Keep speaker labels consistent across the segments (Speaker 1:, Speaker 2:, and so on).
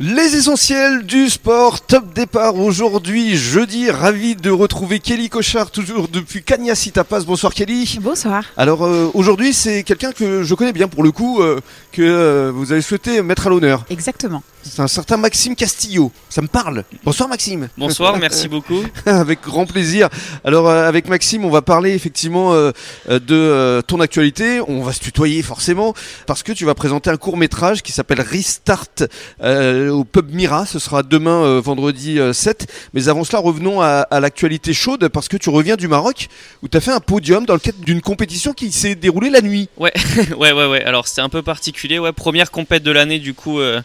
Speaker 1: Les essentiels du sport, top départ aujourd'hui, jeudi, ravi de retrouver Kelly Cochard, toujours depuis Cagnas Tapas. Bonsoir Kelly.
Speaker 2: Bonsoir.
Speaker 1: Alors euh, aujourd'hui, c'est quelqu'un que je connais bien pour le coup, euh, que euh, vous avez souhaité mettre à l'honneur.
Speaker 2: Exactement.
Speaker 1: C'est un certain Maxime Castillo, ça me parle. Bonsoir Maxime.
Speaker 3: Bonsoir, merci beaucoup.
Speaker 1: Avec grand plaisir. Alors euh, avec Maxime, on va parler effectivement euh, euh, de euh, ton actualité. On va se tutoyer forcément parce que tu vas présenter un court métrage qui s'appelle Restart euh, au Pub Mira. Ce sera demain euh, vendredi euh, 7. Mais avant cela, revenons à, à l'actualité chaude parce que tu reviens du Maroc où tu as fait un podium dans le cadre d'une compétition qui s'est déroulée la nuit.
Speaker 3: ouais, ouais, ouais. Alors c'était un peu particulier. Ouais, première compète de l'année du coup euh,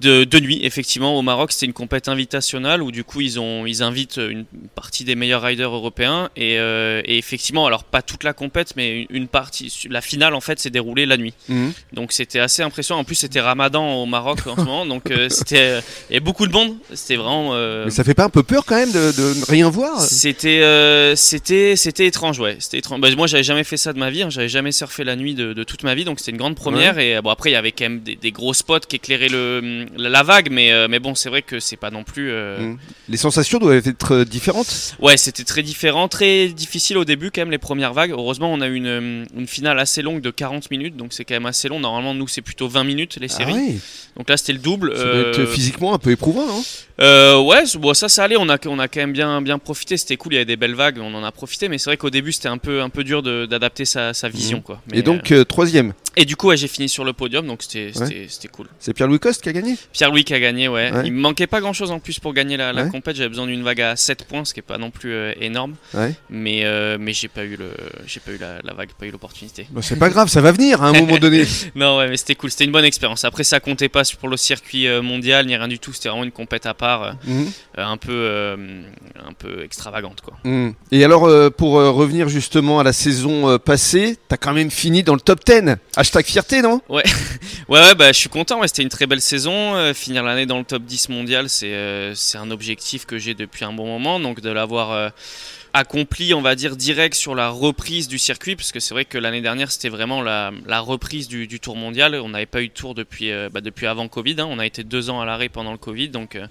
Speaker 3: de, de nuit, effectivement, au Maroc. C'était une compète invitationnelle où du coup ils ont ils invitent une partie des meilleurs riders européens et, euh, et effectivement, alors pas toute la compète, mais une, une partie. La finale en fait s'est déroulée la nuit. Donc c'était assez impressionnant. En plus c'était Ramadan au Maroc en ce moment, donc euh, c'était il y avait beaucoup de monde. C'était vraiment. euh,
Speaker 1: Mais ça fait pas un peu peur quand même de, de ne rien voir
Speaker 3: C'était, euh, c'était, c'était étrange, ouais. C'était étrange. Bah, moi, j'avais jamais fait ça de ma vie. hein. J'avais jamais surfé la nuit de, de toute ma vie, donc c'était une grande première. Et euh, bon, après, il y avait quand même des, des gros spots qui éclairaient le, la, la vague, mais euh, mais bon, c'est vrai que c'est pas non plus. euh,
Speaker 1: Mm. Les sensations doivent être euh, différentes.
Speaker 3: Ouais, c'était très différent, très difficile au début quand même les premières vagues. Heureusement, on a eu une, euh, une finale assez longue de 40 minutes, donc c'est quand même assez long. Normalement, nous, c'est plutôt 20 minutes les séries.
Speaker 1: Ah ouais.
Speaker 3: Donc là, c'était le double.
Speaker 1: Ça doit être
Speaker 3: euh,
Speaker 1: physiquement un peu éprouvant, hein. non
Speaker 3: Euh, ouais, c- bon, ça, ça allait. On a, on a quand même bien, bien profité. C'était cool. Il y avait des belles vagues. On en a profité. Mais c'est vrai qu'au début, c'était un peu, un peu dur de- d'adapter sa, sa vision, quoi. Mais,
Speaker 1: Et donc,
Speaker 3: euh,
Speaker 1: euh, troisième,
Speaker 3: et du coup, ouais, j'ai fini sur le podium. Donc, c'était, c'était, c'était cool.
Speaker 1: c'est Pierre-Louis Coste qui a gagné
Speaker 3: Pierre-Louis qui a gagné, ouais.
Speaker 1: Ouais.
Speaker 3: Il me manquait pas grand chose en plus pour gagner la, la
Speaker 1: Ouais.
Speaker 3: compète. J'avais besoin d'une vague à 7 points, ce qui est pas non plus euh, énorme.
Speaker 1: Ouais.
Speaker 3: Mais, euh, mais j'ai pas eu le, j'ai pas eu la, la vague, pas eu l'opportunité.
Speaker 1: Bah, C'est pas grave, ça va venir à un moment donné.
Speaker 3: Non, ouais, mais c'était cool. C'était une bonne expérience. Après, ça comptait pas pour le circuit euh, mondial ni rien du tout. C'était vraiment une compète à part, euh,
Speaker 1: Mhm.
Speaker 3: euh, un peu, euh, un peu extravagante, quoi.
Speaker 1: Mm. Et alors, euh, pour euh, revenir justement à la saison euh, passée, t'as quand même fini dans le top 10. Hashtag fierté, non
Speaker 3: Ouais, ouais, bah, je suis content. Ouais, c'était une très belle saison. Euh, finir l'année dans le top 10 mondial, c'est euh, c'est un objectif que j'ai depuis un bon moment. Donc de l'avoir euh, accompli, on va dire, direct sur la reprise du circuit, parce que c'est vrai que l'année dernière, c'était vraiment la, la reprise du, du tour mondial. On n'avait pas eu de tour depuis, euh, bah, depuis avant Covid. hein. On a été deux ans à l'arrêt pendant le Covid. Donc, euh,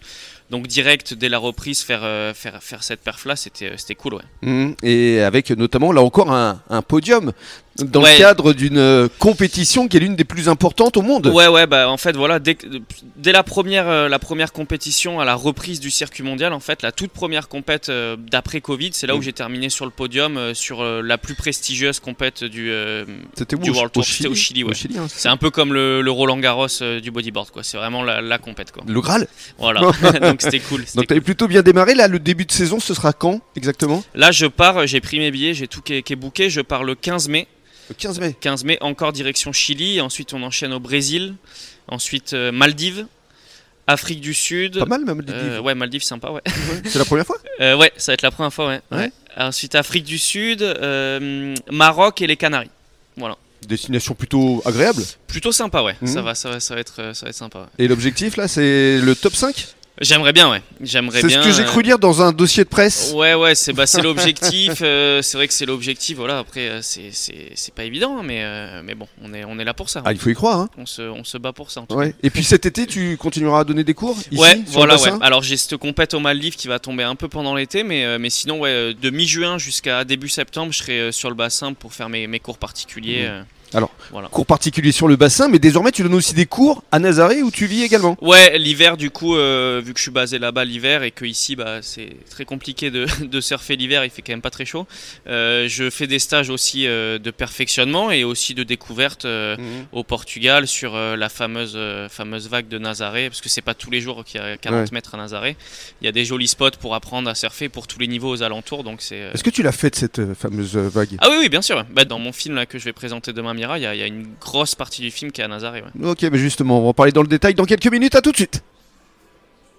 Speaker 3: donc direct, dès la reprise, faire, euh, faire, faire cette perf-là, c'était euh, c'était cool, ouais.
Speaker 1: Mm. Et avec notamment, là encore, un, un podium dans le
Speaker 3: Ouais.
Speaker 1: cadre d'une euh, compétition qui est l'une des plus importantes au monde.
Speaker 3: Ouais, ouais, bah en fait, voilà, dès, que- dès la, première, euh, la première compétition à la reprise du circuit mondial, en fait, la toute première compète euh, d'après Covid, c'est là
Speaker 1: Mm.
Speaker 3: où j'ai terminé sur le podium, euh, sur euh, la plus prestigieuse compète du. euh,
Speaker 1: C'était où
Speaker 3: Du
Speaker 1: au-
Speaker 3: World
Speaker 1: au
Speaker 3: Tour, c'était
Speaker 1: Chili
Speaker 3: au Chili, ouais.
Speaker 1: hein.
Speaker 3: c'est un peu comme le, le Roland Garros euh, du bodyboard, quoi. C'est vraiment la, la compète, quoi.
Speaker 1: Le Graal.
Speaker 3: Voilà, donc c'était cool. c'était
Speaker 1: Donc t'avais plutôt bien démarré. Là, le début de saison, ce sera quand exactement
Speaker 3: cool. Là, je pars, j'ai pris mes billets, j'ai tout qui est, qui est booké, je pars le 15 mai.
Speaker 1: Le 15 mai.
Speaker 3: 15 mai, encore direction Chili, ensuite on enchaîne au Brésil, ensuite euh, Maldives, Afrique du Sud.
Speaker 1: Pas mal, même. les
Speaker 3: Euh, ouais, Maldives, sympa, ouais.
Speaker 1: livres. C'est la première fois
Speaker 3: Euh, ouais, ça va être la première fois, ouais.
Speaker 1: Ouais.
Speaker 3: Ouais. Ensuite, Afrique du Sud, euh, Maroc et les Canaries.
Speaker 1: Destination plutôt agréable.
Speaker 3: Plutôt sympa, ouais.
Speaker 1: Mhm.
Speaker 3: Ça, va, ça, va, ça, va être, euh, ça va être sympa. ouais.
Speaker 1: Et l'objectif là, c'est le top 5
Speaker 3: J'aimerais bien, ouais. J'aimerais
Speaker 1: C'est
Speaker 3: bien.
Speaker 1: ce que j'ai
Speaker 3: euh,
Speaker 1: cru lire dans un dossier de presse.
Speaker 3: Ouais, ouais, c'est bah, c'est l'objectif. euh, c'est vrai que c'est l'objectif. Voilà, après, euh, c'est- c'est c'est pas évident, hein, mais, euh, mais bon, on est, on est là pour ça.
Speaker 1: Ah, il faut y croire. Hein.
Speaker 3: On, se, on se bat pour ça. en tout
Speaker 1: Ouais. Et puis cet été, tu continueras à donner des cours ici,
Speaker 3: ouais,
Speaker 1: sur le
Speaker 3: voilà, ouais.
Speaker 1: bassin
Speaker 3: Alors j'ai cette compète au Maldives qui va tomber un peu pendant l'été, mais, euh, mais sinon, ouais, euh, de mi-juin jusqu'à début septembre, je serai euh, sur le bassin pour faire mes, mes cours particuliers.
Speaker 1: Mhm.
Speaker 3: euh.
Speaker 1: Alors,
Speaker 3: voilà.
Speaker 1: Cours particuliers sur le bassin, mais désormais tu donnes aussi des cours à Nazaré où tu vis également.
Speaker 3: Ouais, l'hiver, du coup, euh, vu que je suis basé là-bas l'hiver et que ici, bah, c'est très compliqué de, de surfer l'hiver, il fait quand même pas très chaud. euh, je fais des stages aussi euh, de perfectionnement et aussi de découverte euh, au Portugal sur euh, la fameuse, euh, fameuse vague de Nazaré, parce que c'est pas tous les jours qu'il y a 40 mètres à Nazaré. Il y a des jolis spots pour apprendre à surfer pour tous les niveaux aux alentours, donc c'est. euh,
Speaker 1: Est-ce que tu l'as fait de cette euh, fameuse euh, vague
Speaker 3: Ah oui, oui, bien sûr. Bah, dans mon film là, que je vais présenter demain, Mira, il y, a- il y a une grosse partie du film qui est à Nazaré. ouais.
Speaker 1: Ok, mais justement, on va en parler dans le détail dans quelques minutes. À tout de suite.